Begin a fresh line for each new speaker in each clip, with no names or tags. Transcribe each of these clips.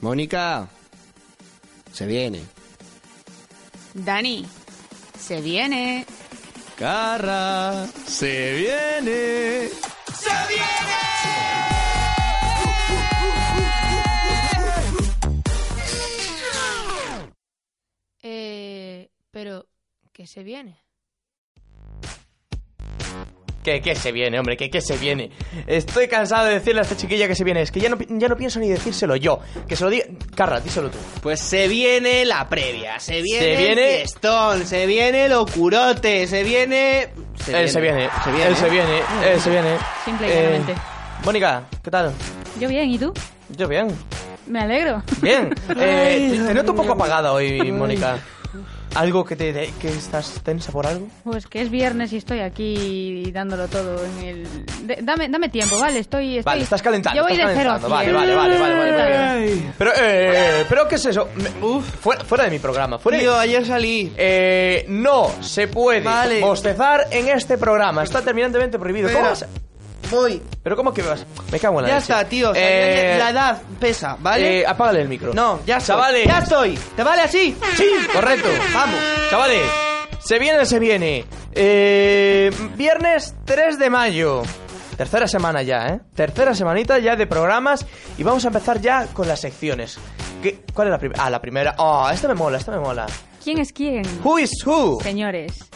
Mónica, se viene.
Dani, se viene.
Carra, se viene. ¡Se viene!
Eh, pero, ¿qué se viene?
Que, que se viene, hombre, que, que se viene. Estoy cansado de decirle a esta chiquilla que se viene. Es que ya no, pi- ya no pienso ni decírselo yo. Que se lo diga. Carra, díselo tú.
Pues se viene la previa, se viene,
Se viene-
el fiestón, se viene locurote, se viene... Se
él Eh, se viene,
se viene.
él se viene, él se viene.
Simple y
Eh,
llanamente.
Mónica, ¿qué tal?
Yo bien, ¿y tú?
Yo bien.
Me alegro.
Bien. Eh, te- te noto un poco apagada hoy, Mónica. ¿Algo que te... de- que estás tensa por algo?
Pues que es viernes y estoy aquí dándolo todo en el... de- dame, dame tiempo, ¿vale? Estoy, estoy...
Vale, estás calentando.
Yo voy
estás
de cero a
calentando. Vale,
cien.
vale, vale, vale, vale, vale. Pero, eh, pero ¿qué es eso? Me- fuera, fuera de mi programa. Fuera de-
Tío, ayer salí.
Eh, no se puede
Vale.
bostezar en este programa. Está terminantemente prohibido. ¿Cómo
Espera,
vas a-
voy.
¿Pero cómo que vas? Me cago en la
Ya
leche.
está, tío. o sea,
Eh,
la edad pesa, ¿vale?
eh, apágale el micro.
no, ya estoy.
Chavales.
Ya estoy. ¿Te vale así?
Sí, correcto.
Vamos.
Chavales, se viene, se viene. Eh, viernes 3 de mayo. Tercera semana ya, ¿eh? Tercera semanita ya de programas y vamos a empezar ya con las secciones. ¿Qué- ¿Cuál es la primera? Ah, la primera. Ah, esta me mola, esta me mola.
¿Quién es quién?
Who is who?
Señores.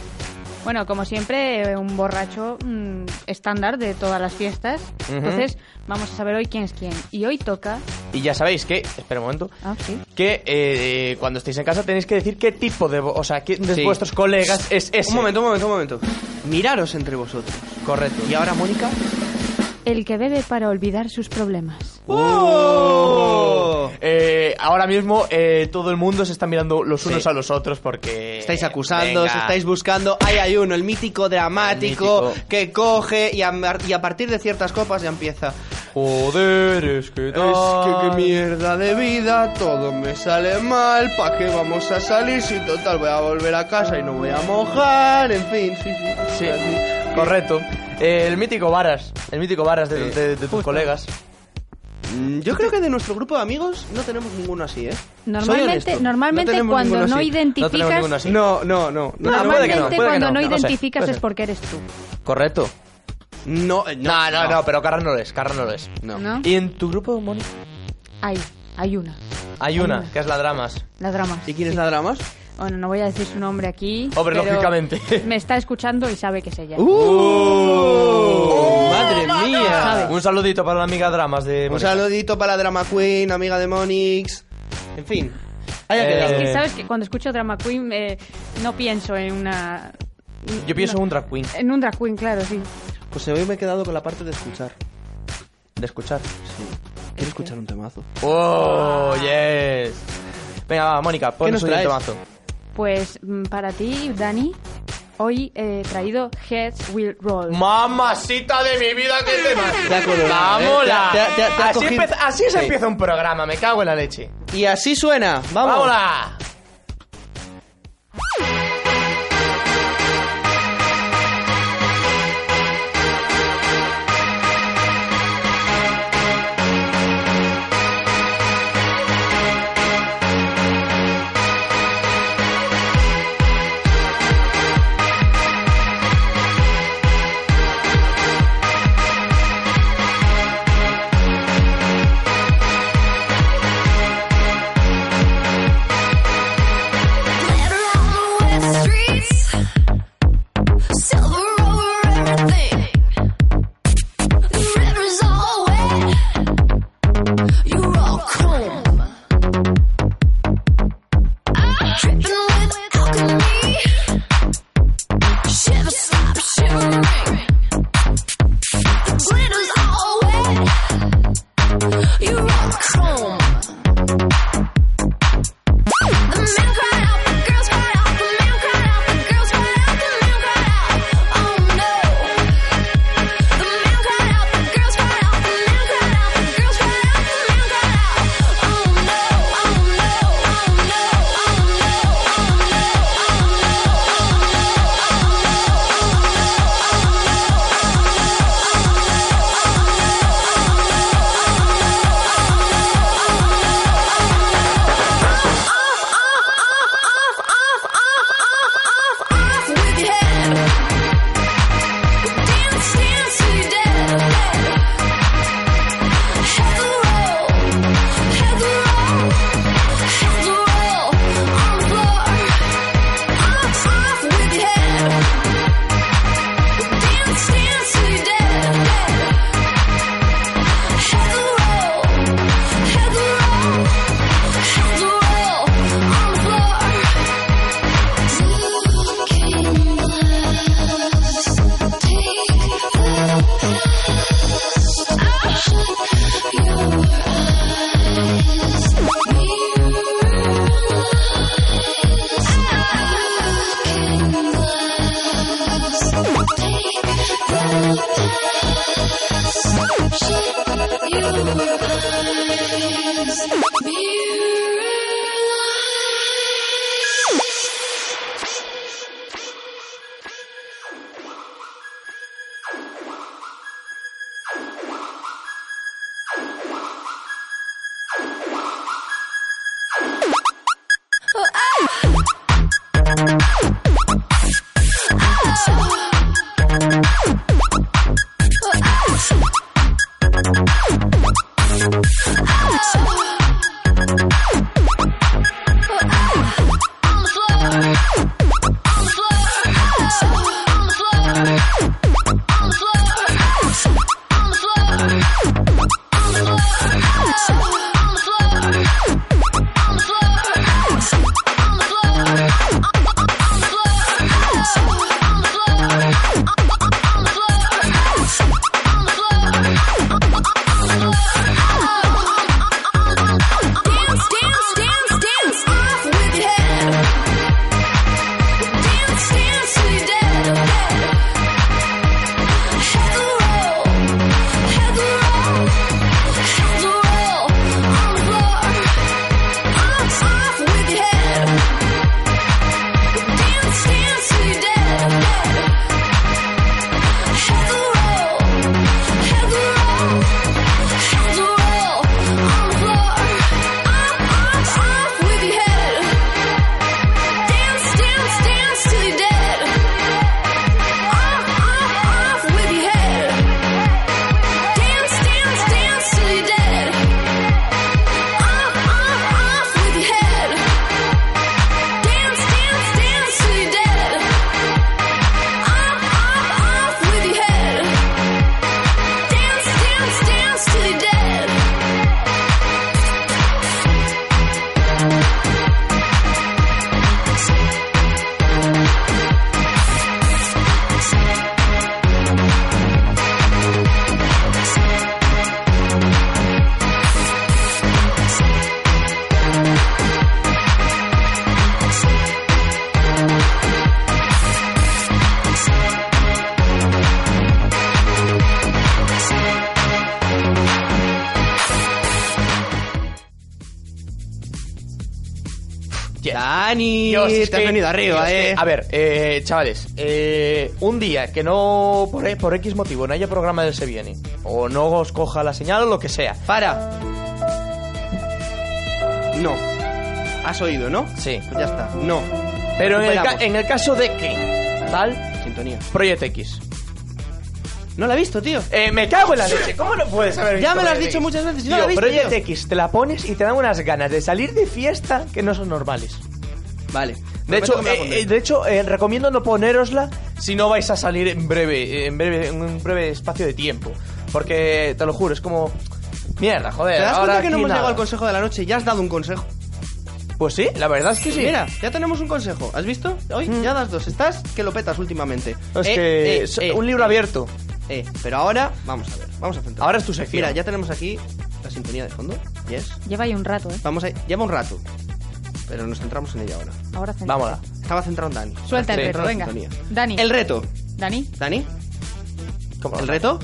Bueno, como siempre, eh, un borracho mm, estándar de todas las fiestas.
Ujú.
Entonces, vamos a saber hoy quién es quién. Y hoy toca...
Y ya sabéis que, espera un momento,
Ah, sí.
que eh, cuando estéis en casa tenéis que decir qué tipo de, vo- o sea, quién de
Sí.
vuestros colegas es ese.
Un momento, un momento, un momento. Miraros entre vosotros.
Correcto.
Y ahora, Mónica.
El que bebe para olvidar sus problemas.
¡Oh! Eh, ahora mismo eh, todo el mundo se está mirando los unos
Sí.
a los otros porque
Estáis acusando,
Venga.
estáis buscando. Ahí hay uno, el mítico dramático
El mítico.
que coge y a, mar- y a partir de ciertas copas ya empieza.
Joder, es que
Es
tal.
que qué mierda de vida, todo me sale mal. ¿Para qué vamos a salir si total voy a volver a casa y no voy a mojar? En fin, sí, sí.
Sí,
así.
correcto. Eh, el mítico Varas, el mítico Varas de,
Sí.
de- de tus colegas.
Mm, Yo creo que de nuestro grupo de amigos no tenemos ninguno así, ¿eh?
Normalmente- normalmente cuando no
identificas
No tenemos
Identificas-
ninguno así.
No, no, no. no
puede
tenemos-
Normalmente
que no, puede que
cuando
no,
no,
no lo sé,
identificas
puede
es
ser.
porque eres tú.
Correcto.
No, eh,
No, no, no, pero Carras no lo es, Carras no lo es.
no.
¿No?
¿Y en tu grupo, Mónica?
Hay, hay una.
Hay una, que es la Dramas.
La drama.
¿Y quién es la dramas?
Bueno, no voy a decir su nombre aquí.
Hombre,
pero
lógicamente. Uh,
Me está escuchando y sabe que es ella.
¡Uh! ¡Madre mía!
Un saludito para la amiga Dramas de
Un
Mónica.
saludito para Drama Queen, amiga de Monix. En fin. Ahí ha
Eh,
quedado.
Es que sabes que cuando escucho Drama Queen eh, no pienso en una.
Yo pienso en
no-
un drag queen
en un drag queen, claro, sí.
Pues hoy me he quedado con la parte de escuchar.
de escuchar.
Sí. Quiero escuchar un temazo.
¡Oh, yes! Venga, va, Mónica,
¿Qué
pon
nos
su
traes?
mazo.
Pues mm, para ti, Dani, hoy eh, he traído Heads Will Roll.
¡Mamacita de mi vida, qué temazo!
Te ha colorado,
¡La
¿eh?
mola!
Te ha- te ha- te ha
así
cogido-
empeza- así se
Sí.
empieza un programa, me cago en la leche.
Y así suena. Vamos.
¡Vámonos!
You rock chrome. The man cried out, the girls cried out, the man cried out, the girls cried out, the man cried out. Oh no. The man cried out, the girls cried out, the man cried out, the girls cried out, the man cried out. Oh no, oh no, oh no, oh no, oh no, oh Dance, dance, dance, dance off with your head. Dance, dance till you're dead. Head to roll, head to roll, head to roll on the floor. Off, off with your head. Dance, dance till you're dead. Head to roll, head to roll, head to roll on the floor. Off, off, off with your head. Dance, dance, dance till you're dead. Off, off, off with your head. Dance, dance, dance till you're dead. Off, off, off with your head. Dance, dance, dance till you're dead. Off, off, off with your head. Dance, dance, dance till you're dead.
Dani,
Dios, es
te has
que-
venido arriba,
Dios,
eh.
que- a ver, eh, chavales, eh, un día que no, por, por X motivo, no haya programa del Se Viene, o no os coja la señal o lo que sea.
Para. No. Has oído, ¿no?
Sí.
Pues ya está. No.
Pero en el, ca-
Esperamos.
en el caso de que, tal,
Sintonía.
Project X.
No la he visto, tío.
Eh, me cago en la leche, ¿cómo no puedes haber
Ya
visto
me lo has
Project
dicho
X?
muchas veces, yo
Tío,
no la he visto,
Project
tío.
X, te la pones y te dan unas ganas de salir de fiesta que no son normales.
Vale.
De
Prometo
hecho,
que me la
eh,
pondré.
eh, de hecho eh, recomiendo no ponerosla si no vais a salir en breve, eh, en breve, en un breve espacio de tiempo. Porque te lo juro, es como. Mierda, joder.
¿Te das
ahora
cuenta que no
aquí
hemos
nada.
llegado al consejo de la noche? Ya has dado un consejo.
Pues sí, la verdad es que sí.
Mira, ya tenemos un consejo. ¿Has visto? Hoy
Mm.
ya das dos. Estás que lo petas últimamente.
Es
Eh,
que.
eh,
es
eh,
un libro
eh,
abierto.
eh, pero ahora, vamos a ver. Vamos a enfrentar.
Ahora es tu sección.
Mira, ya tenemos aquí la sintonía de fondo. Yes.
Lleva ahí un rato, ¿eh?
Vamos a. Lleva un rato. Pero nos centramos en ella ahora.
Ahora céntrate.
Vámonos.
Estaba centrado en Dani.
Suelta el
Estaba centrado
reto,
en
venga.
la sintonía.
Dani.
El reto.
Dani,
Dani.
¿Cómo
¿El reto?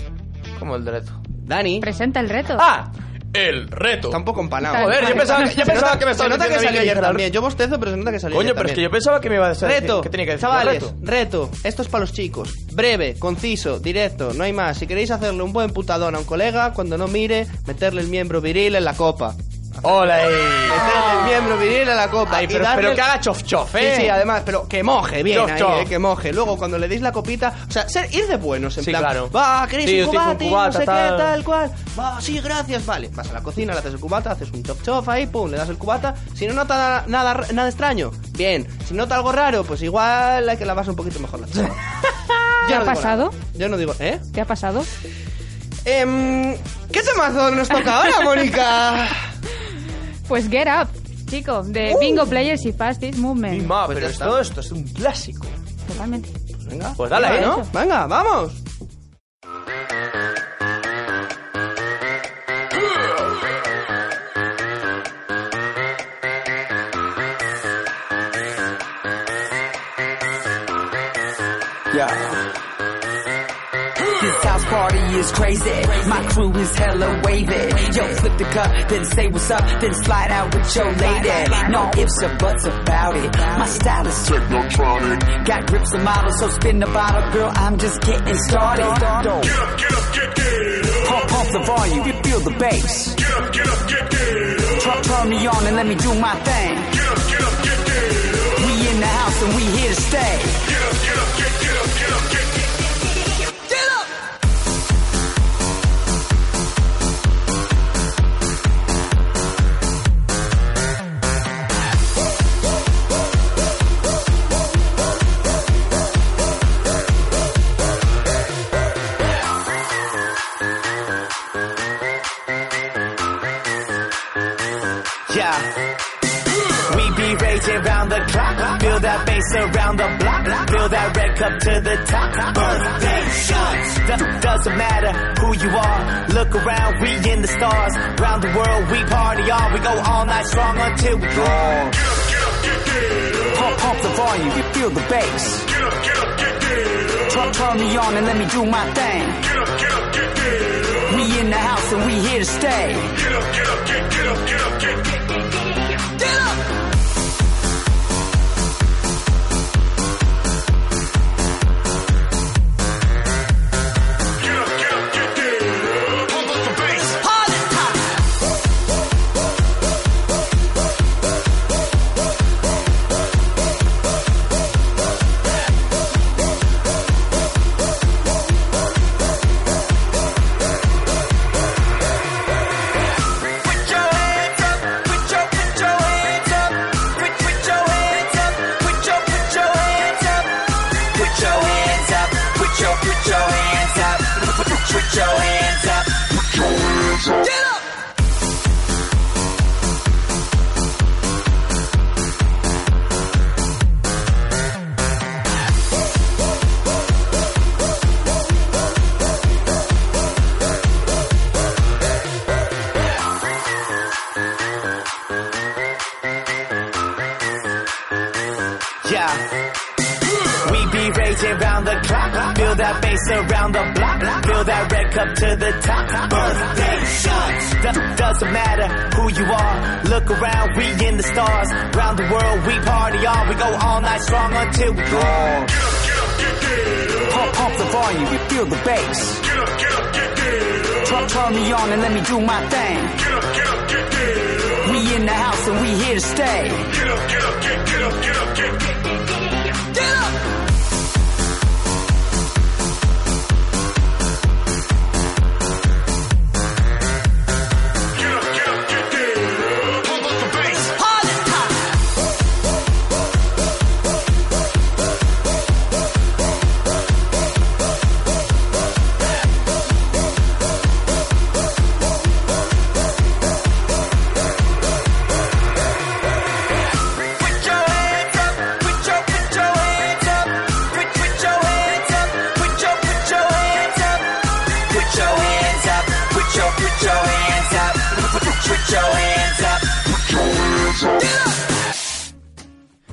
Como el reto.
Dani.
presenta el reto.
¡Ah! El reto.
Está un poco empanado.
Joder, yo pensaba
que- yo pensaba que me
Se
estaba
nota que
diciendo a mí
salió
que
ayer
dijera el
también. Yo bostezo, pero se nota que salió
Coño,
ayer
pero es que
también.
yo pensaba que me iba a decir.
Reto,
Que tenía que decir.
chavales,
Reto.
reto. Esto es para los chicos. Breve, conciso, directo, no hay más. Si queréis hacerle un buen putadón a un colega, cuando no mire, meterle el miembro viril en la copa.
¡Hola! eh.
Meterle el miembro viril en la copa.
Ay,
y
pero,
darle-
pero que haga chof chof,
Sí,
eh.
sí, además, pero que moje bien,
Chof,
ahí,
chof.
eh, que moje. Luego, cuando le deis la copita, o sea, ser, ir de buenos, en
Sí,
plan,
claro.
va, queréis
Sí,
un
yo estoy con
cubati,
cubata,
no sé
tal.
qué, tal cual, va, sí, gracias, vale. Vas a la cocina, le haces el cubata, haces un chop chop ahí, pum, le das el cubata. Si no nota nada, nada, nada extraño, bien. Si nota algo raro, pues igual hay que lavarse un poquito mejor la chapa.
¿Te
Yo
ha
no digo
pasado?
nada. Yo no digo, ¿eh?
¿Te ha pasado?
Em, ¿Qué temazo nos toca ahora, Mónica?
Pues Get Up, chico, de Bingo Players y Fast This
Mi
Movement.
ma,
Pues
Ah, pero
ya está.
todo esto es un clásico.
Totalmente.
Venga,
Pues dale,
venga,
¿eh?
¿no? Venga, vamos.
This house party is crazy. My crew is hella wavy. Yo, flip the cup, then say what's up, then slide out with your lady. No ifs or buts about it. My style is technotronic. Got grips and models, so spin the bottle, girl. I'm just getting started. Get up, Pump, pump the volume, you feel the bass. Get up, get up, get get Turn, turn me on and let me do my thing. Get up, get up, get get We in the house and we here to stay. Yeah. We be raging round the clock. Feel that bass around the block. Feel that red cup to the top. Birthday shots. Do- doesn't matter who you are. Look around, we in the stars. Round the world, we party on. We go all night strong until we draw. Pump, pump the volume, you feel the bass. Get up, get up, get Turn, turn me on and let me do my thing. We in the house and we here to stay. Yeah. We be raging round the clock. Feel that bass around the block. Feel that red cup to the top. Birthday shots. Do- doesn't matter who you are. Look around, we in the stars. Round the world, we party on. We go all night strong until we draw. Pump, pump the volume, you feel the bass. Turn, turn me on and let me do my thing. We in the house and we here to stay.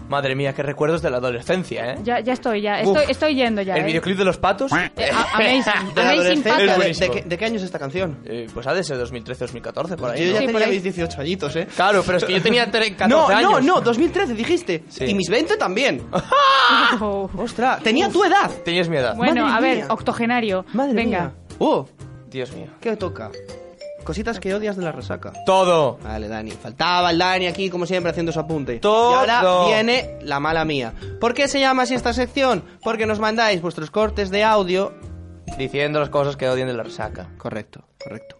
Madre mía, qué recuerdos de la adolescencia, ¿eh?
Ya, ya estoy, ya.
Uf.
Estoy, estoy yendo ya.
El
¿eh?
videoclip de los patos.
Eh, a- amazing. amazing
adolescencia,
Paco.
Es
¿De,
buenísimo.
de qué, de qué año es esta canción?
Eh, pues ha de ser 2013-2014, por ahí.
yo ya
¿no?
Sí, por
tenía
ahí.
mis 18 añitos, ¿eh?
Claro, pero es que yo tenía tre- 14
no,
años.
no, no, 2013 dijiste.
Sí.
Y mis 20 también.
Oh.
Ostras, tenía tu edad.
Tenías mi edad.
Bueno,
Madre
a ver,
mía.
octogenario.
Madre
Venga.
mía. Uh,
Dios mío.
¿qué toca? Cositas que odias de la resaca.
Todo.
Vale, Dani. Faltaba el Dani aquí, como siempre, haciendo su apunte.
Todo.
Y ahora viene la mala mía. ¿Por qué se llama así esta sección? Porque nos mandáis vuestros cortes de audio.
Diciendo las cosas que odian de la resaca.
Correcto, correcto.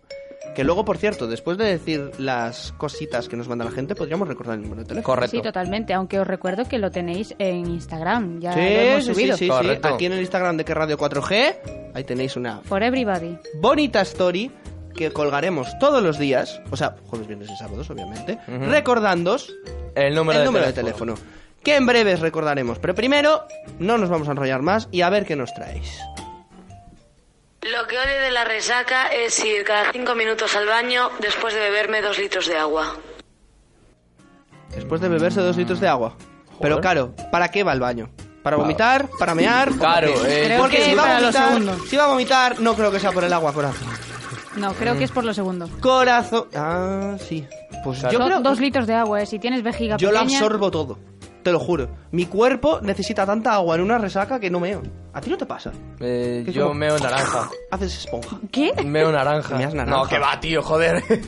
Que luego, por cierto, después de decir las cositas que nos manda la gente, podríamos recordar el número de teléfono.
Correcto.
Sí, totalmente. Aunque os recuerdo que lo tenéis en Instagram. Ya
Sí,
lo hemos
sí, sí,
subido.
sí, sí.
Correcto.
Aquí en el Instagram de Que Radio 4G, ahí tenéis una
For everybody.
bonita story que colgaremos todos los días, o sea, jueves, viernes y sábados, obviamente, recordándoos
El
el
número, de,
número
teléfono.
de teléfono, que en breves recordaremos. Pero primero, no nos vamos a enrollar más y a ver qué nos traéis.
Lo que odio de la resaca es ir cada cinco minutos al baño después de beberme dos litros de agua.
Después de beberse dos litros de agua. Pero claro, ¿para qué va el baño? ¿Para
Claro.
vomitar? ¿Para mear?
Claro,
¿Por qué?
eh, Creo
porque
que
si va, a
para lo
vomitar,
segundo.
si va a vomitar, no creo que sea por el agua, corazón.
No, creo
Mm.
que es por lo segundo.
Corazón. Ah, sí. Pues yo
Do-
creo.
Dos litros de agua, ¿eh? Si tienes vejiga
Yo lo
pequeña...
absorbo todo. Te lo juro. Mi cuerpo necesita tanta agua en una resaca que no meo. ¿A ti no te pasa?
Eh,
¿Qué,
yo
cómo?
meo naranja.
Haces esponja.
¿Qué?
Meo naranja.
Meas naranja.
No, que va, tío, joder.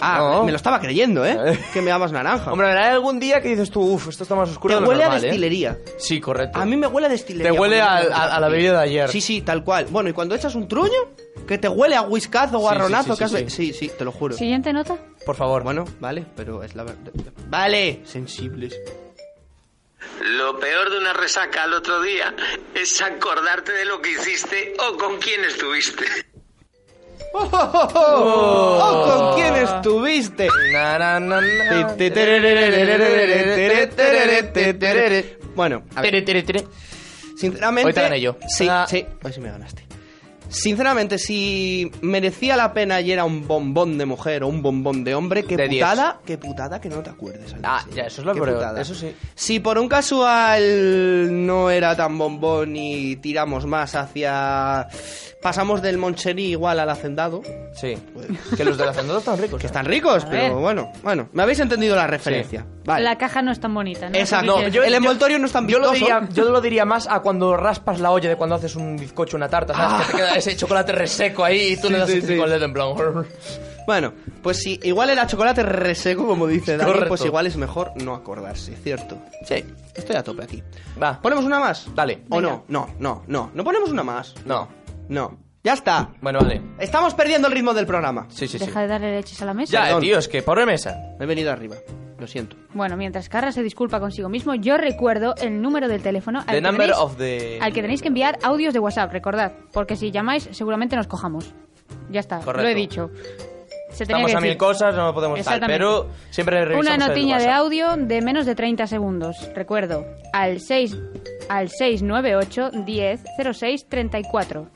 Ah,
No.
me lo estaba creyendo, ¿eh?
Eh.
que me amas naranja.
Hombre, habrá algún día que dices tú, uff, esto está más
te
oscuro de lo
huele
normal,
a
¿eh?".
destilería.
Sí, correcto.
A mí me huele a destilería.
Te huele
cuando
al-
me meto
a- a la
aquí.
bebida de ayer.
Sí, sí, tal cual. Bueno, y cuando echas un truño, que te huele a whiskazo o a
Sí, sí,
ronazo.
sí,
que
sí,
has- sí, sí, te lo juro.
Siguiente nota.
Por favor.
Bueno, vale, pero es la verdad. Vale, sensibles.
Lo peor de una resaca al otro día es acordarte de lo que hiciste o con quién estuviste.
¡Oh, oh, oh, oh! ¡Oh, con quién estuviste!
Na, na, na, na.
Bueno, a ver,
Tere, tere, tere.
sinceramente...
Hoy te gané yo.
Sí,
Ah.
sí, hoy sí me ganaste. Sinceramente, si merecía la pena y era un bombón de mujer o un bombón de hombre, qué
De diez.
putada, qué putada que no te acuerdes. Alberto.
Ah, ya, eso es lo
Qué
peor,
putada.
eso sí.
Si por un casual no era tan bombón y tiramos más hacia... Pasamos del Moncherí igual al hacendado,
Sí. Que los de la Zendota están ricos.
que están ricos,
A
pero
ver.
bueno, bueno, me habéis entendido la referencia. Vale.
La caja no es tan bonita, ¿no?
Exacto.
Porque-
No, yo- El envoltorio no es tan
yo lo,
vistoso.
diría, yo lo diría más a cuando raspas la olla de cuando haces un bizcocho, una tarta, ¿sabes? Que te queda ese chocolate reseco ahí y tú
Sí,
le das
sí,
así
sí.
con el dedo en plan.
Bueno, pues si igual era chocolate reseco, como dice Dani,
Correcto.
pues igual es mejor no acordarse, ¿cierto? Sí, estoy a tope aquí.
Va.
¿Ponemos una más?
Dale.
¿O no? No, no, no. ¿No ponemos una más?
No.
No. Ya está.
Bueno, vale.
Estamos perdiendo el ritmo del programa.
Sí, sí, sí.
Deja de darle leches a la mesa.
Ya,
Perdón.
eh, tío, es que pobre mesa.
Me he venido arriba. Lo siento.
Bueno, mientras Carra se disculpa consigo mismo, yo recuerdo el número del teléfono al,
The
que
number
tenéis,
of the-
al que tenéis que enviar audios de WhatsApp, recordad, porque si llamáis seguramente nos cojamos. Ya está,
Correcto.
lo he dicho. Se tenía
Estamos
que
a mil
decir.
cosas, no podemos estar,
Exactamente.
pero siempre revisamos
Una
el
notiña de
WhatsApp.
audio de menos de 30 segundos, recuerdo, al 6 al 698 10 06 34.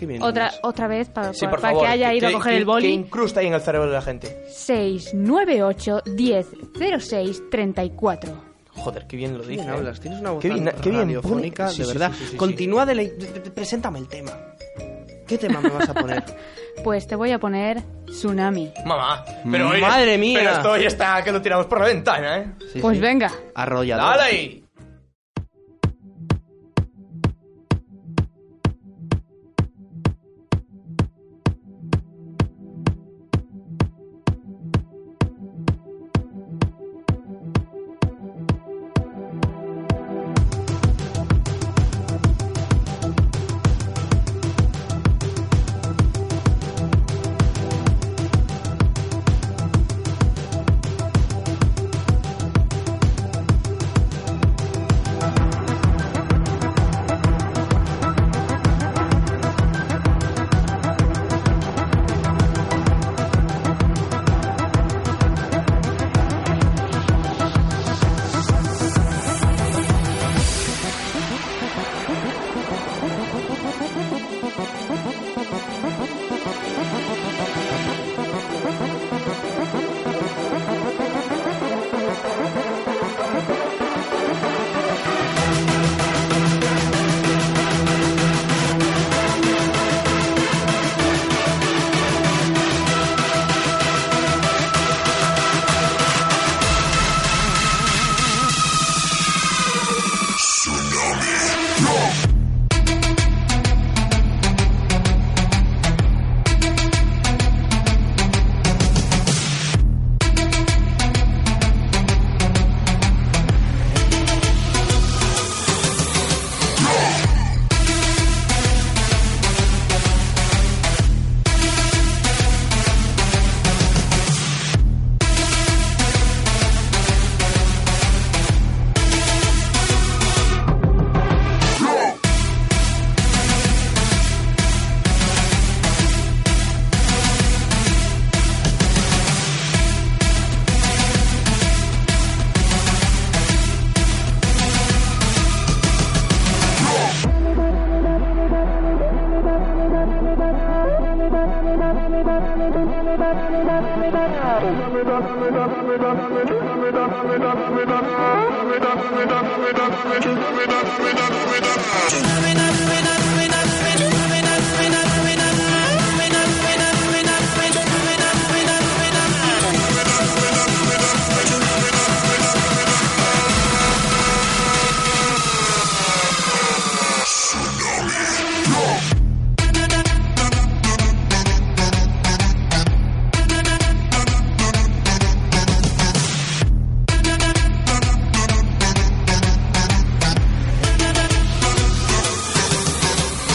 Qué bien.
Otra,
Inés.
otra vez para,
Sí,
para-
por
para
favor.
que haya ido a
que-
coger
que-
el boli.
Que incrusta ahí en el cerebro de la gente.
698 10 06 34.
Joder, qué
Oh,
bien lo
Qué
dice. eh.
bien hablas. Tienes una voz
Qué bien-
tan
qué bien
radiofónica,
pone- sí,
de
sí,
verdad.
sí, sí, sí.
Continúa de la... de- de- de- Preséntame el tema. ¿Qué tema me vas a poner?
Pues te voy a poner Tsunami.
Mamá, pero hoy-
Madre mía.
Pero esto hoy está que lo tiramos por la ventana, ¿eh?
Sí,
pues
sí.
venga.
Arrollador.
¡Dale ahí!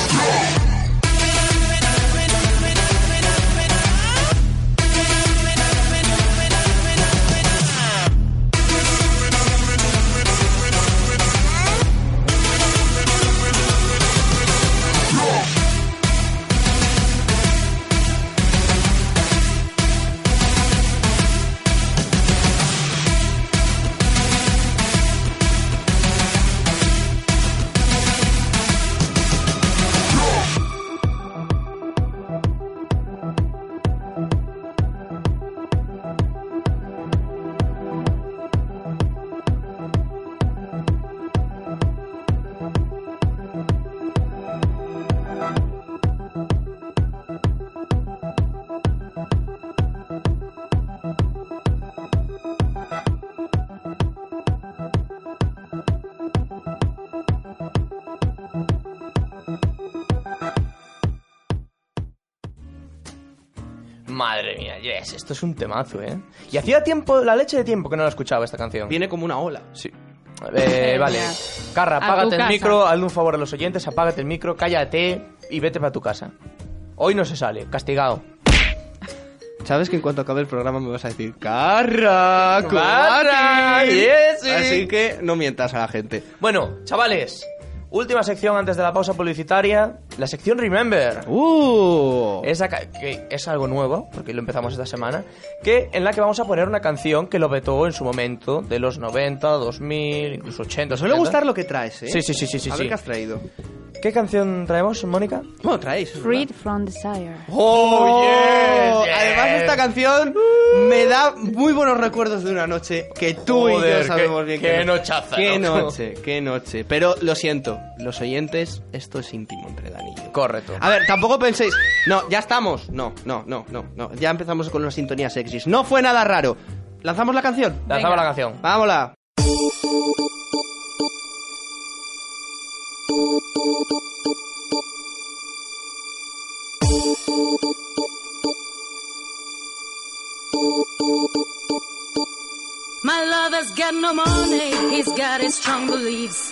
Tsunami.
yes, esto es un temazo, ¿eh? Y hacía tiempo, la leche de tiempo que no la escuchaba esta canción.
Viene como una ola.
Sí. Eh, vale.
mía.
Carra,
A tu
apágate el
casa.
micro, hazle un favor a los oyentes, apágate el micro, cállate y vete para tu casa. Hoy no se sale, castigado.
¿Sabes que en cuanto acabe el programa me vas a decir ¡Carra!
Carra,
cuati"?
Jessy.
Así que no mientas a la gente.
Bueno, chavales, última sección antes de la pausa publicitaria, la sección Remember.
¡Uh!
Esa ca- que es algo nuevo, porque lo empezamos esta semana, que en la que vamos a poner una canción que lo vetó en su momento, de los 90, 2000, incluso 80.
Nos suele
70.
gustar lo que traes, ¿eh?
Sí, sí, sí, sí, sí,
A ver
sí.
qué has traído.
¿Qué canción traemos, Mónica?
Bueno, traéis. es
Freed
verdad.
from Desire.
¡Oh,
yes, yes.
Además, esta canción me da muy buenos recuerdos de una noche que tú y
Joder,
yo sabemos
qué-
bien.
qué
que no.
nochaza,
¡Qué
loco.
noche! ¡Qué noche! Pero lo siento, los oyentes, esto es íntimo entre Dani y yo.
Correcto.
A ver, tampoco penséis. No, ya estamos. No, no, no, no, no. Ya empezamos con una sintonía sexys. No fue nada raro. ¿Lanzamos la canción?
Lanzamos la canción.
¡Vámonos!
My lover's got no money, he's got his strong beliefs.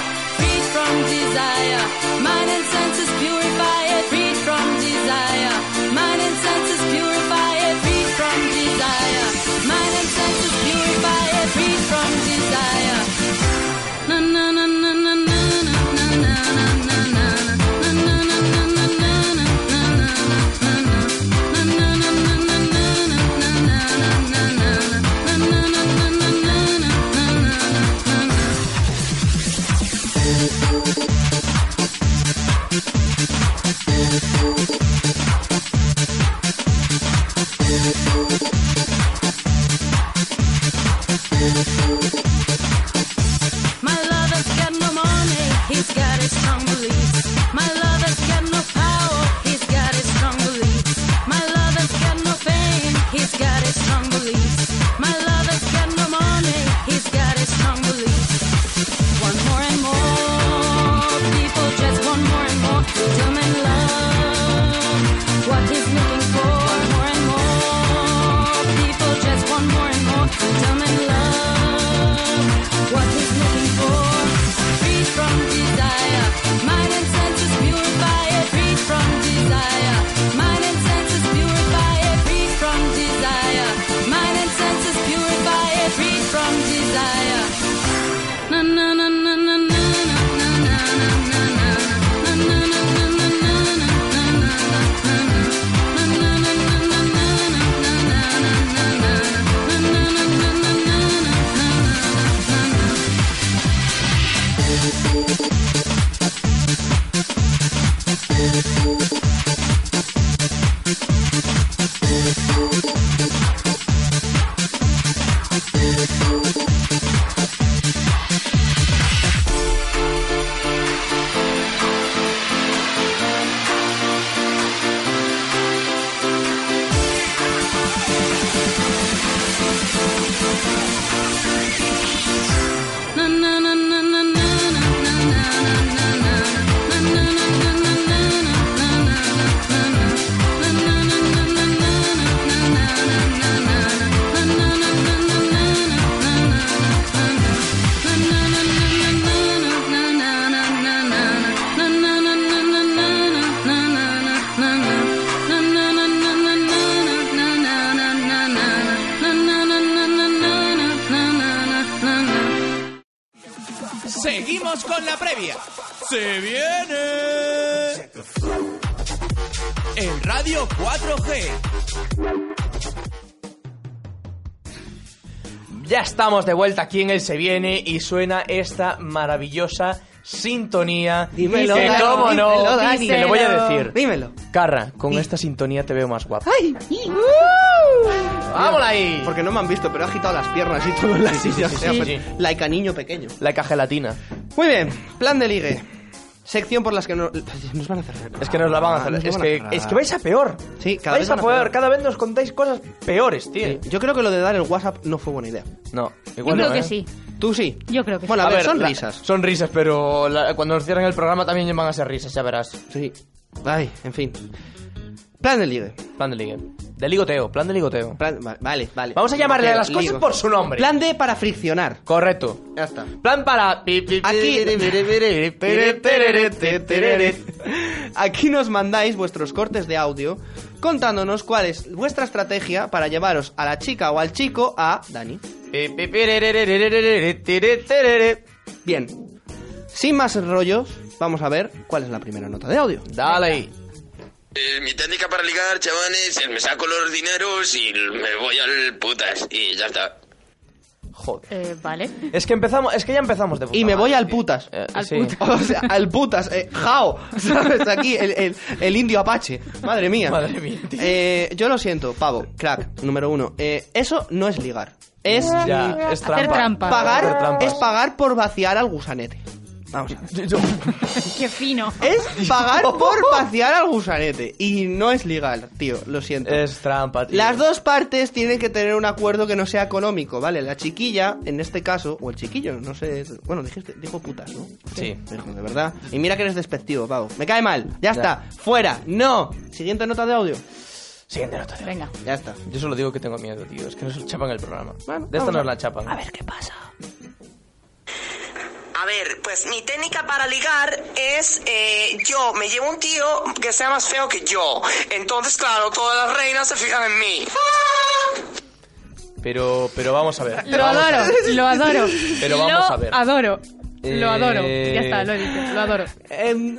Freed from desire, mind and senses purify it. Freed from desire, mind and senses purify it. Freed from desire, mind and senses purify it. Freed from desire. Na na na na na na na na na na na na na na na na na na. My lover's got no money, he's got his strong beliefs. My lover's got no power, he's got his strong beliefs. My lover's got no fame, he's got his strong beliefs. My lover's got no money, he's got his strong beliefs. Want more and more, people just want more and more freedom and love. What he's looking for, want more and more, people just want more and more freedom and love what he's looking for. Free from desire, mind and senses purify it. Free from desire, mind and senses purify it. Free from desire, mind and senses purify it. Free from desire. Na na na na na na na na na na na.
Seguimos con la previa. ¡Se viene! El Radio 4G.
Ya estamos de vuelta aquí en El Se Viene y suena esta maravillosa sintonía.
Dímelo,
que,
Dani,
cómo no,
dímelo, Dani.
te lo voy a decir.
Dímelo.
Carra, con esta sintonía te veo más guapa.
¡Ay!
¡Uh! ¡Vámonos ahí!
Porque no me han visto, pero he agitado las piernas y todo en la silla.
sí,
o sea,
sí,
pues,
sí.
Laica niño pequeño.
La caja gelatina.
Muy bien, plan de ligue. Sección por las que no- nos van a cerrar.
Es que nos la van a hacer.
Nos
Es
van
que,
cerrar.
es que vais a peor.
Sí, cada
vais
vez
a
van a
peor.
peor.
Cada vez nos contáis cosas peores, tío.
Sí, Yo creo que lo de dar el WhatsApp no fue buena idea.
No,
Yo
igual
creo
no,
que
¿eh?
sí.
Tú sí.
Yo creo que sí.
Bueno, a, ver, son
la-
risas.
Son risas, pero la- cuando nos cierren el programa también van a ser risas, ya verás.
Sí. Ay, en fin. Plan de ligue.
Plan de ligue. De ligoteo, plan de ligoteo.
Plan- va- vale, vale.
Vamos a llamarle a las
Ligo.
cosas por su nombre.
Plan de para friccionar.
Correcto.
Ya está.
Plan para...
Aquí- Aquí nos mandáis vuestros cortes de audio contándonos cuál es vuestra estrategia para llevaros a la chica o al chico a Dani. Bien. Sin más rollos, vamos a ver cuál es la primera nota de audio.
Dale ahí.
Eh, mi técnica para ligar, chavales, eh, me saco los dineros y l- me voy al putas y ya está.
Joder.
Eh, vale.
Es que empezamos, es que ya empezamos de puta
Y me voy
madre,
al
tío.
putas.
Eh,
Al
sí.
putas.
O sea, al putas, eh, jao, ¿sabes? Aquí, el, el- el indio apache. Madre mía.
Madre mía, tío.
Eh, yo lo siento, pavo, crack, número uno. Eh, eso no es ligar. Es
Ya, es
Hacer
trampa.
trampa.
Hacer
pagar,
trampas.
es pagar por vaciar al gusanete. Vamos a ver.
Yo-
Qué fino.
Es pagar por vaciar al gusanete. Y no es ligar, tío, lo siento.
Es trampa, tío.
Las dos partes tienen que tener un acuerdo que no sea económico, ¿vale? La chiquilla, en este caso, o el chiquillo, no sé. Bueno, dijiste, dijo putas, ¿no?
Sí.
Dijo, de verdad. Y mira que eres despectivo, Pau. Me cae mal. Ya, está. Fuera. No. Siguiente nota de audio.
Siguiente nota.
Venga.
Ya está.
Yo solo digo que tengo miedo, tío. Es que nos chapan el programa.
Bueno,
de esto
vamos a-
nos la chapan. A ver.
A ver, pues mi técnica para ligar es eh, yo me llevo un tío que sea más feo que yo. Entonces, claro, todas las reinas se fijan en mí.
Pero, pero vamos a ver.
Lo adoro, lo adoro.
Pero vamos
Lo
a ver.
adoro. Lo adoro.
Eh,
Ya está, lo he dicho. Lo adoro.
Em,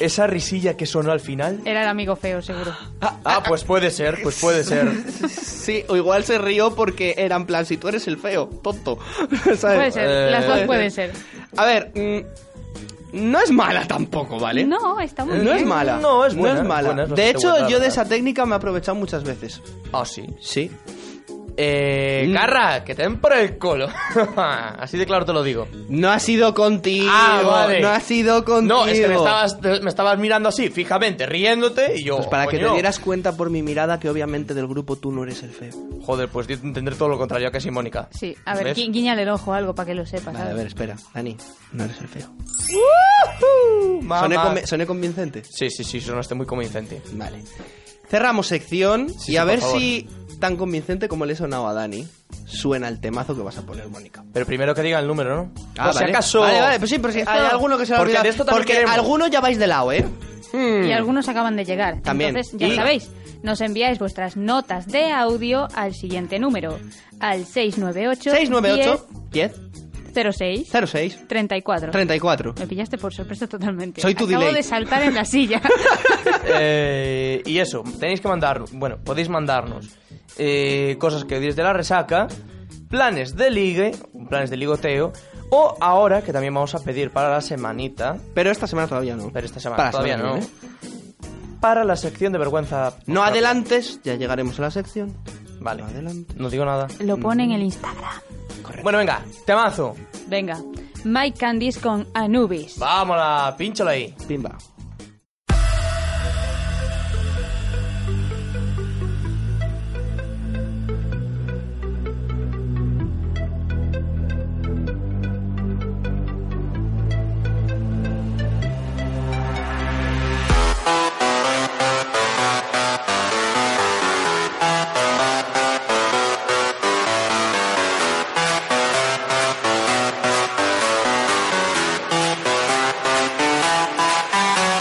Esa risilla que sonó al final.
Era el amigo feo, seguro.
Ah, pues puede ser, pues puede ser.
Sí, o igual se rió porque era en plan, si tú eres el feo, tonto. ¿Sabes?
Puede ser.
Eh,
Las dos
puede
pueden
ser.
ser.
A ver, mm, no es mala tampoco, ¿vale?
No, está muy
Eh, No
bien.
es mala.
No, es buena,
No
es
es mala.
buena, es
de
bastante
hecho,
buena, la
yo de
verdad.
esa técnica me he aprovechado muchas veces.
Ah, sí.
Sí.
Eh,
Mm.
Carra, que te den por el colo. Así de claro te lo digo.
No ha sido contigo.
Ah, vale.
No ha sido contigo.
No, es que me estabas, te- me estabas mirando así, fijamente, riéndote y yo.
Pues para que
coño.
te dieras cuenta por mi mirada que obviamente del grupo tú no eres el feo.
Joder, pues yo entender todo lo contrario que sí, Mónica.
Sí, a ver,
¿Ves?
gui- guiñale el ojo algo para que lo sepas.
Vale, a ver, espera. Dani, no eres el feo.
Uh, Mamá.
¿Soné, conven- soné convincente?
Sí, sí, sí, sonaste muy convincente.
Vale. Cerramos sección
Sí,
y a
sí, por
ver
favor.
si tan convincente como le he sonado a Dani suena el temazo que vas a poner, Mónica.
Pero primero que diga el número, ¿no?
Ah,
Por si
vale.
acaso.
Vale, vale, pues sí, pero sí, hay alguno que se lo ha
Porque
olvidado.
de esto también
porque
queremos.
algunos ya vais de lado, ¿eh?
Y algunos acaban de llegar.
También.
Entonces, ya
Y-
sabéis, nos enviáis vuestras notas de audio al siguiente número, al 698
698 10
10 06
06
34.
34.
Me pillaste por sorpresa totalmente.
Soy tu
Acabo
delay.
de saltar en la silla.
Eh, y eso, tenéis que mandar, bueno, podéis mandarnos eh, cosas que odiéis de la resaca, planes de ligue, planes de ligoteo, o ahora que también vamos a pedir para la semanita,
Pero esta semana todavía no.
pero esta semana
Para la
todavía
semana
no,
que viene.
para la sección de vergüenza.
No adelantes, ya llegaremos a la sección.
Vale,
No adelante.
no digo nada.
lo pone en el Instagram.
Bueno, venga, temazo,
Venga, Mike Candice con Anubis.
vámonos, pínchalo ahí.
Pimba.
Anubis,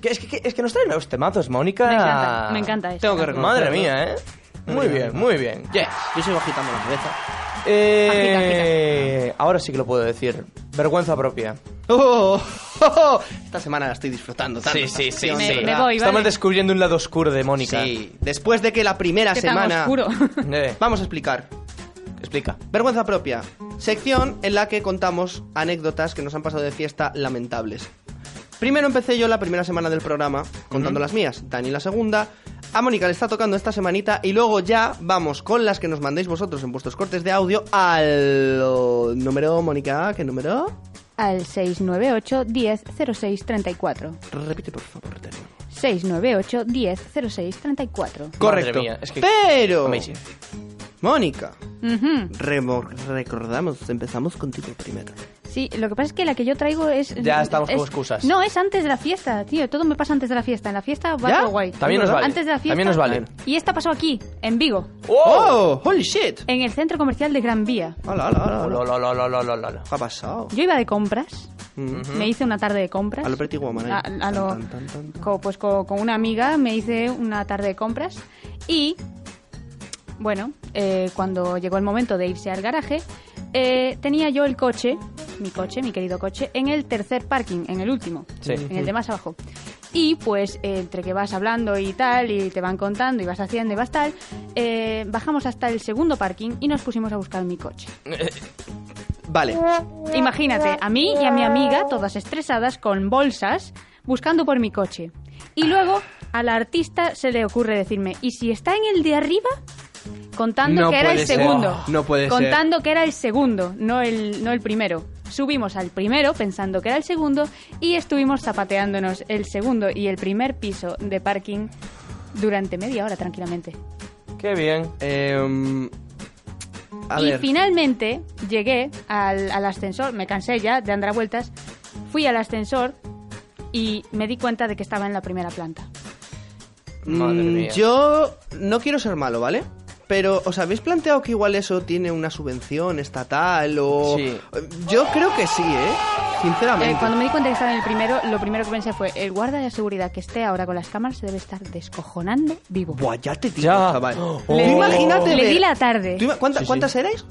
que- es, que, es que nos traen los temazos, Mónica.
Me
Ah,
encanta, me encanta eso.
Tengo que reconocerlo.
Madre mía, ¿eh? Muy bien, muy bien. Yes.
Yo sigo agitando la cabeza.
Eh, Ahora sí que lo puedo decir. Vergüenza propia.
Oh, oh, oh. Esta semana la estoy disfrutando tanto.
Sí, sí, sí.
esta
sí.
sección, de
Me-
verdad.
me voy,
Estamos
vale.
descubriendo un lado oscuro de Mónica.
Sí, después de que la primera
Qué tan
semana...
Este oscuro.
Eh,
Vamos a explicar.
explica.
Vergüenza propia. Sección en la que contamos anécdotas que nos han pasado de fiesta lamentables. Primero empecé yo la primera semana del programa contando las mías, Dani la segunda, a Mónica le está tocando esta semanita y luego ya vamos con las que nos mandéis vosotros en vuestros cortes de audio al o, número Mónica, ¿qué número?
Al 698 10 06 34.
Repite por favor, Dani.
698 10 06 34.
Correcto.
mía, es que-
Pero
Amazing.
Mónica,
Ujú.
remo- recordamos, empezamos contigo primero.
Sí, lo que pasa es que la que yo traigo es.
Ya estamos con
es-
excusas.
No, es antes de la fiesta, tío. Todo me pasa antes de la fiesta. En la fiesta va
¿Ya?
todo guay.
También nos vale.
Antes de la fiesta.
También nos vale.
Y esta pasó aquí, en Vigo,
¡Oh! ¡Holy shit!
en el centro comercial de Gran Vía.
Hola, hola, hola,
Oh, Lo,
hola.
lo, lo, lo, lo, lo, lo, lo.
¿Qué ha pasado?
Yo iba de compras.
Mm.
Me hice una tarde de compras.
A lo Pretty Woman, ahí.
A, a lo-
Tan, tan, tan, tan.
co- pues co- con una amiga me hice una tarde de compras y, bueno, eh, cuando llegó el momento de irse al garaje, eh, tenía yo el coche, mi coche, mi querido coche, en el tercer parking, en el último,
Sí.
en el de más abajo. Y pues eh, entre que vas hablando y tal, y te van contando, y vas haciendo y vas tal, eh, bajamos hasta el segundo parking y nos pusimos a buscar mi coche.
Vale.
Imagínate, a mí y a mi amiga, todas estresadas, con bolsas, buscando por mi coche. Y luego a la artista se le ocurre decirme, ¿y si está en el de arriba? Contando
No
que era el
puede ser. Oh,
segundo.
No puede ser.
Contando que era el segundo, no el, no el primero. Subimos al primero pensando que era el segundo y estuvimos zapateándonos el segundo y el primer piso de parking durante media hora tranquilamente.
Qué bien.
Em, a
y
ver.
finalmente llegué al, al ascensor, me cansé ya de andar a vueltas, fui al ascensor y me di cuenta de que estaba en la primera planta.
mm,
Madre mía.
Yo no quiero ser malo, ¿vale? Pero, ¿os habéis planteado que igual eso tiene una subvención estatal o...?
Sí.
Yo creo que sí, ¿eh? Sinceramente.
Eh, cuando me di cuenta que estaba en el primero, lo primero que pensé fue, el guarda de seguridad que esté ahora con las cámaras se debe estar descojonando vivo.
Buah, ya te digo,
Ya.
chaval.
Oh.
Tú
Le di-
imagínate
le
ver-
di la tarde.
¿Tú ima- ¿Cuánta-
Sí, sí.
¿Cuántas erais?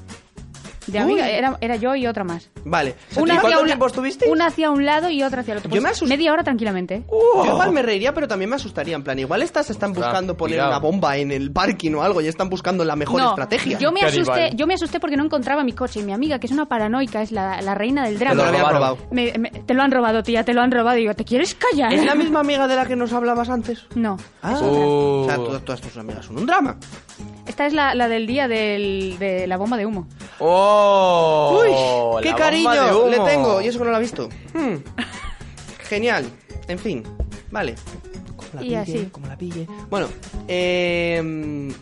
De amiga,
Uy.
era, era yo y otra más.
Vale.
Una
¿Cuánto
hacia un la-
tiempo estuvisteis?
Una hacia un lado y otra hacia el otro. Pues,
Yo me asusté.
Media hora tranquilamente.
Yo igual me reiría, pero también me asustaría. En plan, igual estas están
Oh. Ostras,
buscando poner
cuidado.
una bomba en el parking o algo y están buscando la mejor
no,
estrategia.
Yo me,
Qué
asusté,
animal.
yo me asusté porque no encontraba mi coche. Y mi amiga, que es una paranoica, es la, la reina del
Te lo
drama.
había
robaron.
robado.
Me- me- te lo han robado, tía, te lo han robado. Y digo, ¿te quieres callar?
¿Es la misma amiga de la que nos hablabas antes?
No.
Ah,
Uh.
o sea, todas, todas tus amigas son un drama.
Esta es la, la del día del- de la bomba de humo.
¡Oh!
¡Qué
la bomba de
cariño
humo.
le tengo! Y eso que no la ha visto. Hmm. Genial. En fin, vale. Como
Y así.
como la pille. Bueno, eh,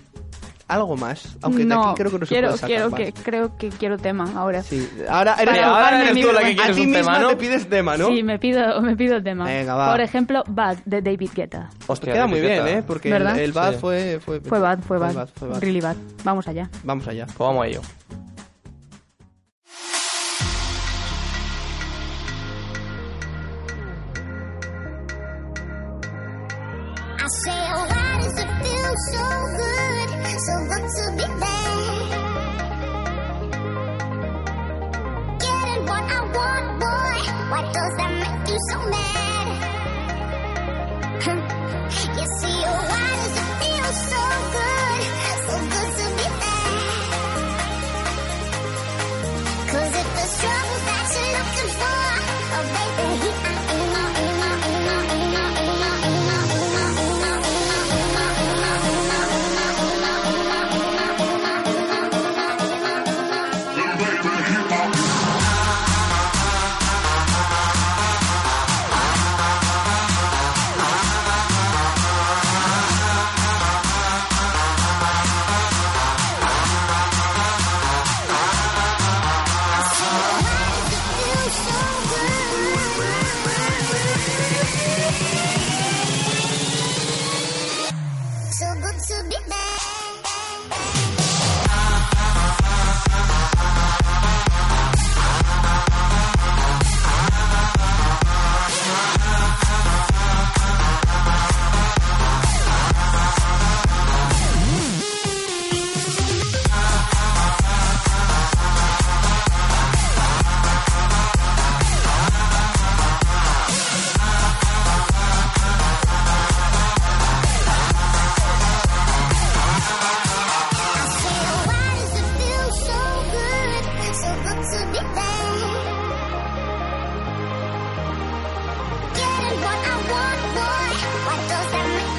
algo más. Aunque de
no,
aquí creo que no se
quiero,
puede sacar
quiero
más.
que Creo que quiero tema ahora. Sí,
Sí, ahora eres,
Para
ahora
ahogarme
eres
en mi
tú la que
vergüenza.
quieres
A ti
un
misma
tema, ¿no?
te
te pides
¿Ah,
tema, ¿no?
me pido, me pido el tema.
Venga, va.
Por ejemplo, Bad, de David Guetta.
Hostia,
Queda muy bien,
etiqueta.
¿eh? Porque el,
¿Verdad?
el Bad
pues Sí.
fue, fue...
Fue Bad, fue Bad.
fue Bad.
Really Bad. Vamos allá.
Vamos allá.
Pues vamos a ello.
I say, oh, why does it feel so good? So good to be back. Getting what I want, boy. Why does that make you so mad? Huh. You see, oh, why does it feel so good? So good to be back. Cause if the trouble that you're looking for, oh, baby, here I am, I am, I am, I am, I am, I am.
Baby,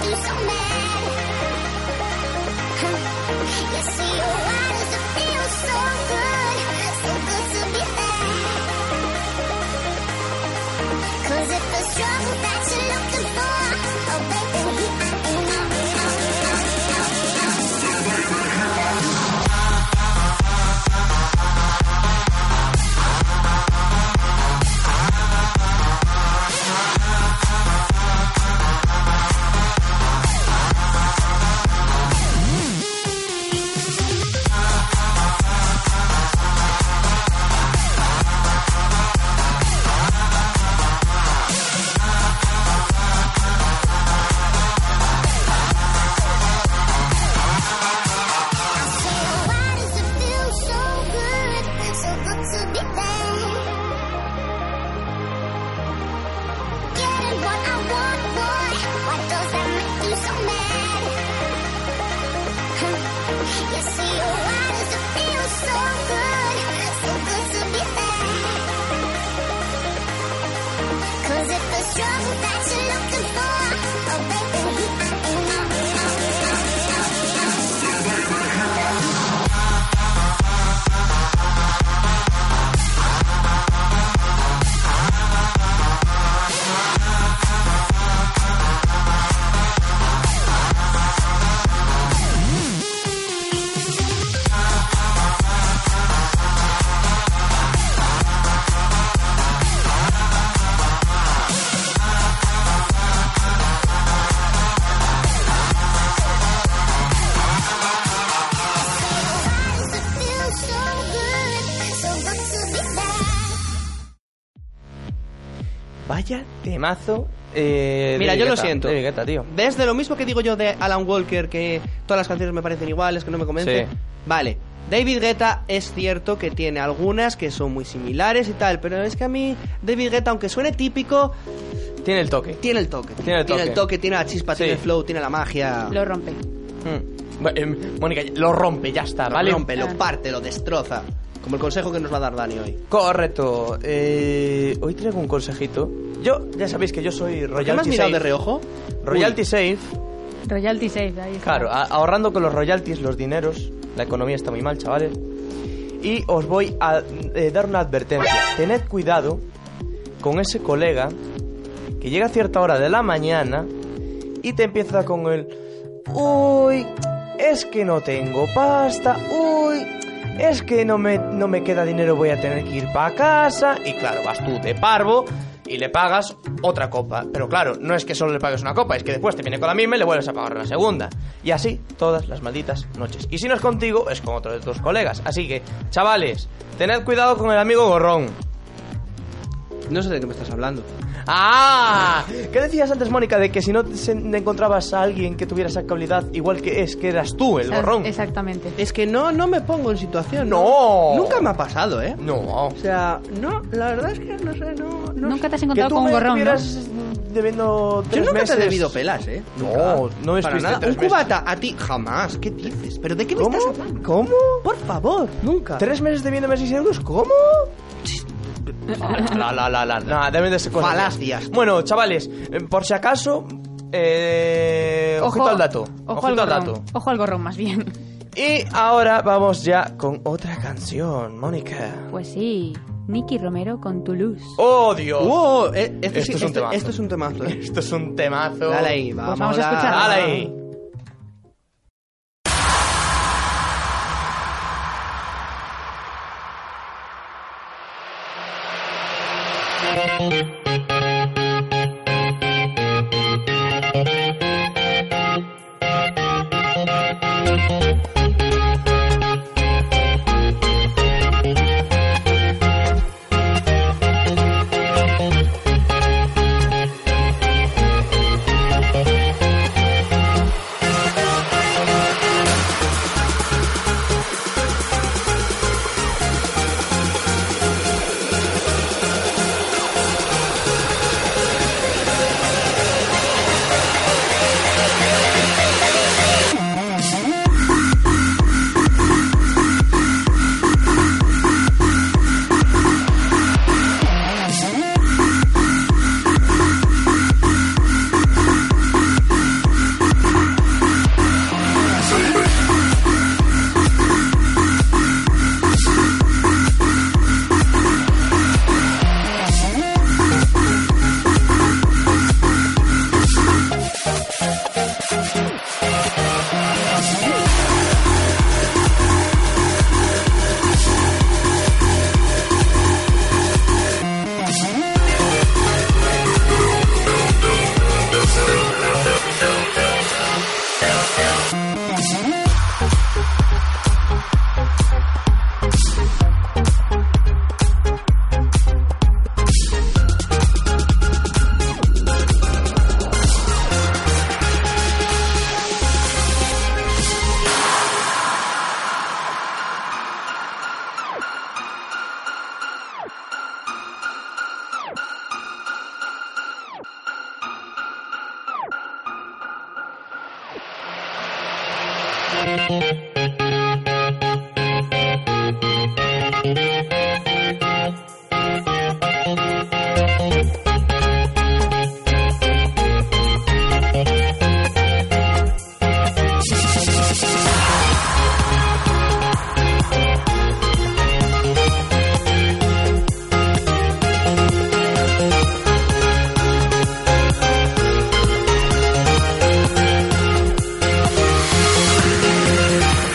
Oh, Hmm. Oh,
Vaya temazo. eh, de
Mira, yo lo
Guetta,
siento.
De Guetta, tío.
Desde lo mismo que digo yo de Alan Walker, que todas las canciones me parecen iguales, que no me convencen.
Sí.
Vale. David Guetta es cierto que tiene algunas que son muy similares y tal, pero es que a mí David Guetta, aunque suene típico,
Tiene el toque.
tiene el toque. tío.
Tiene el toque.
tiene la chispa, tiene
Sí.
el flow, tiene la magia.
Lo rompe.
Mm. Bueno, eh, Mónica, lo rompe, ya está,
Lo
¿vale?
rompe, lo parte, lo destroza. Como el consejo que nos va a dar Dani hoy.
Correcto. Eh, hoy traigo un consejito. Yo, ya sabéis que yo soy
¿Qué me has
royalty
mirado de
safe.
reojo?
Royalty safe.
Royalty 6, ahí está.
Claro, a- ahorrando con los royalties los dineros. La economía está muy mal, chavales. Y os voy a eh, dar una advertencia. Tened cuidado con ese colega que llega a cierta hora de la mañana y te empieza con el... Uy, es que no tengo pasta. Uy, es que no me, no me queda dinero, voy a tener que ir para casa. Y claro, vas tú de parvo y le pagas otra copa. Pero claro, no es que solo le pagues una copa, es que después te viene con la misma y le vuelves a pagar la segunda. Y así todas las malditas noches. Y si no es contigo, es con otro de tus colegas. Así que, chavales, tened cuidado con el amigo gorrón.
No sé de qué me estás hablando.
¡Ah! ¿Qué decías antes, Mónica, de que si no se- encontrabas a alguien que tuviera esa habilidad, igual que es que eras tú el
Exact-
gorrón?
Exactamente.
Es que no, no me pongo en situación.
No.
Nunca me ha pasado, ¿eh?
No.
O sea, no, la verdad es que no sé, no. no
Nunca te has
Que
encontrado
tú
con un
me
gorrón, ¿no?
estuvieras debiendo
Yo
tres
nunca te
meses.
he debido pelas, ¿eh?
No,
Nunca.
no me
Para
estuviste
nada.
tres
Un
meses.
cubata a ti, jamás. ¿Qué dices? ¿Pero de qué me
¿Cómo?
estás hablando?
¿Cómo?
Por favor, nunca.
¿Tres meses debiéndome 6 euros? ¿Cómo? La, la, la, la. No, deben de ser cosas.
Falacias.
Bueno, chavales, eh, por si acaso, eh, ojito al dato.
Ojo
ojito
al
al
gorrón.
dato.
Ojo al gorrón, más bien.
Y ahora vamos ya con otra canción, Mónica.
Pues sí, Nicky Romero con Toulouse.
¡Oh, Dios!
Wow, eh, este
Esto
sí-
es un
este-
temazo.
Esto es un temazo, ¿eh?
Esto es un temazo.
Dale ahí, vamos,
vamos a
dale.
escucharlo.
Dale ahí.
Ah.
Thank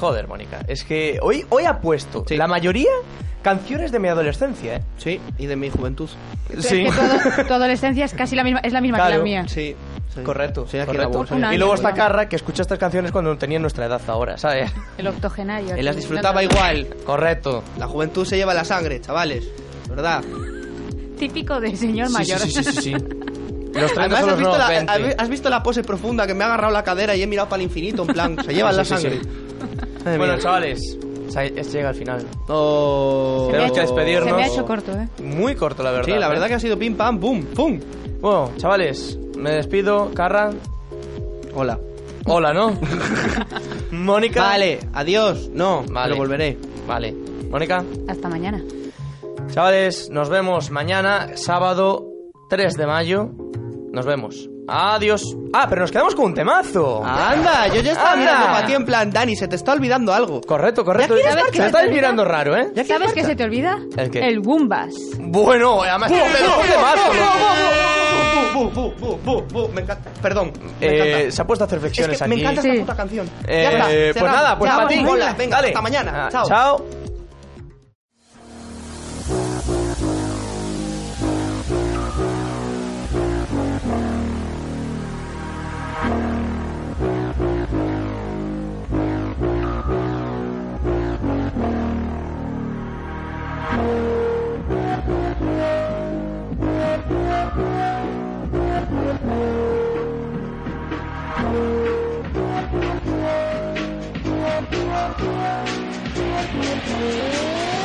Joder, Mónica. Es que hoy, hoy ha puesto la mayoría canciones de mi adolescencia, ¿eh?
Sí, y de mi juventud.
Pero es que todo- tu adolescencia es casi la misma, es la misma que la
Claro,
mía.
Sí.
Correcto.
aquí
correcto.
la bolsa. Un
Y
año,
luego está
cuidado.
Carra, que escucha estas canciones cuando tenía nuestra edad ahora, ¿sabes?
El octogenario.
Él las
aquí,
disfrutaba
no, no, no.
Igual.
Correcto.
La juventud se lleva la sangre, chavales. ¿Verdad?
Típico de señor mayor.
Los 30
Además,
son
has
los
visto,
nuevos
la,
20.
has- has visto la pose profunda que me ha agarrado la cadera y he mirado para el infinito, en plan, se llevan
Sí,
la
Ah, sí, sí.
sangre. Madre
Bueno,
mía.
chavales, se- es- llega al final.
Oh.
Tenemos que
Se me ha
despedirnos.
hecho corto, ¿eh?
Muy corto, la verdad.
Sí, la verdad
¿eh?
que ha sido pim, pam, boom, pum.
Bueno, chavales, me despido. Carra,
Hola.
hola, ¿no? Mónica.
Vale, adiós. No,
Vale.
pero volveré.
Vale. Mónica.
Hasta mañana.
Chavales, nos vemos mañana, sábado 3 de mayo. Nos vemos. Adiós. Ah, pero nos quedamos con un temazo.
Ah. Anda, yo ya estaba
Anda.
mirando para ti en plan, Dani, se te está olvidando algo.
Correcto, correcto.
¿Ya quieres ver que
Se
se
estáis
termina?
mirando raro, ¿eh?
¿Sabes qué se te olvida?
¿El qué?
Gumbas.
Bueno, además me dejó un temazo.
Bu, bu, bu, bu, bu, Me encanta. Perdón. Me
Eh,
encanta.
se ha puesto a hacer
Es
flexiones
que me
aquí.
encanta esta
Sí.
puta canción.
Eh,
ya está.
pues
cerramos.
nada, pues
Ya,
para ti.
vamos, hola, Venga,
Dale.
hasta mañana.
Ah,
chao.
Chao.
Thank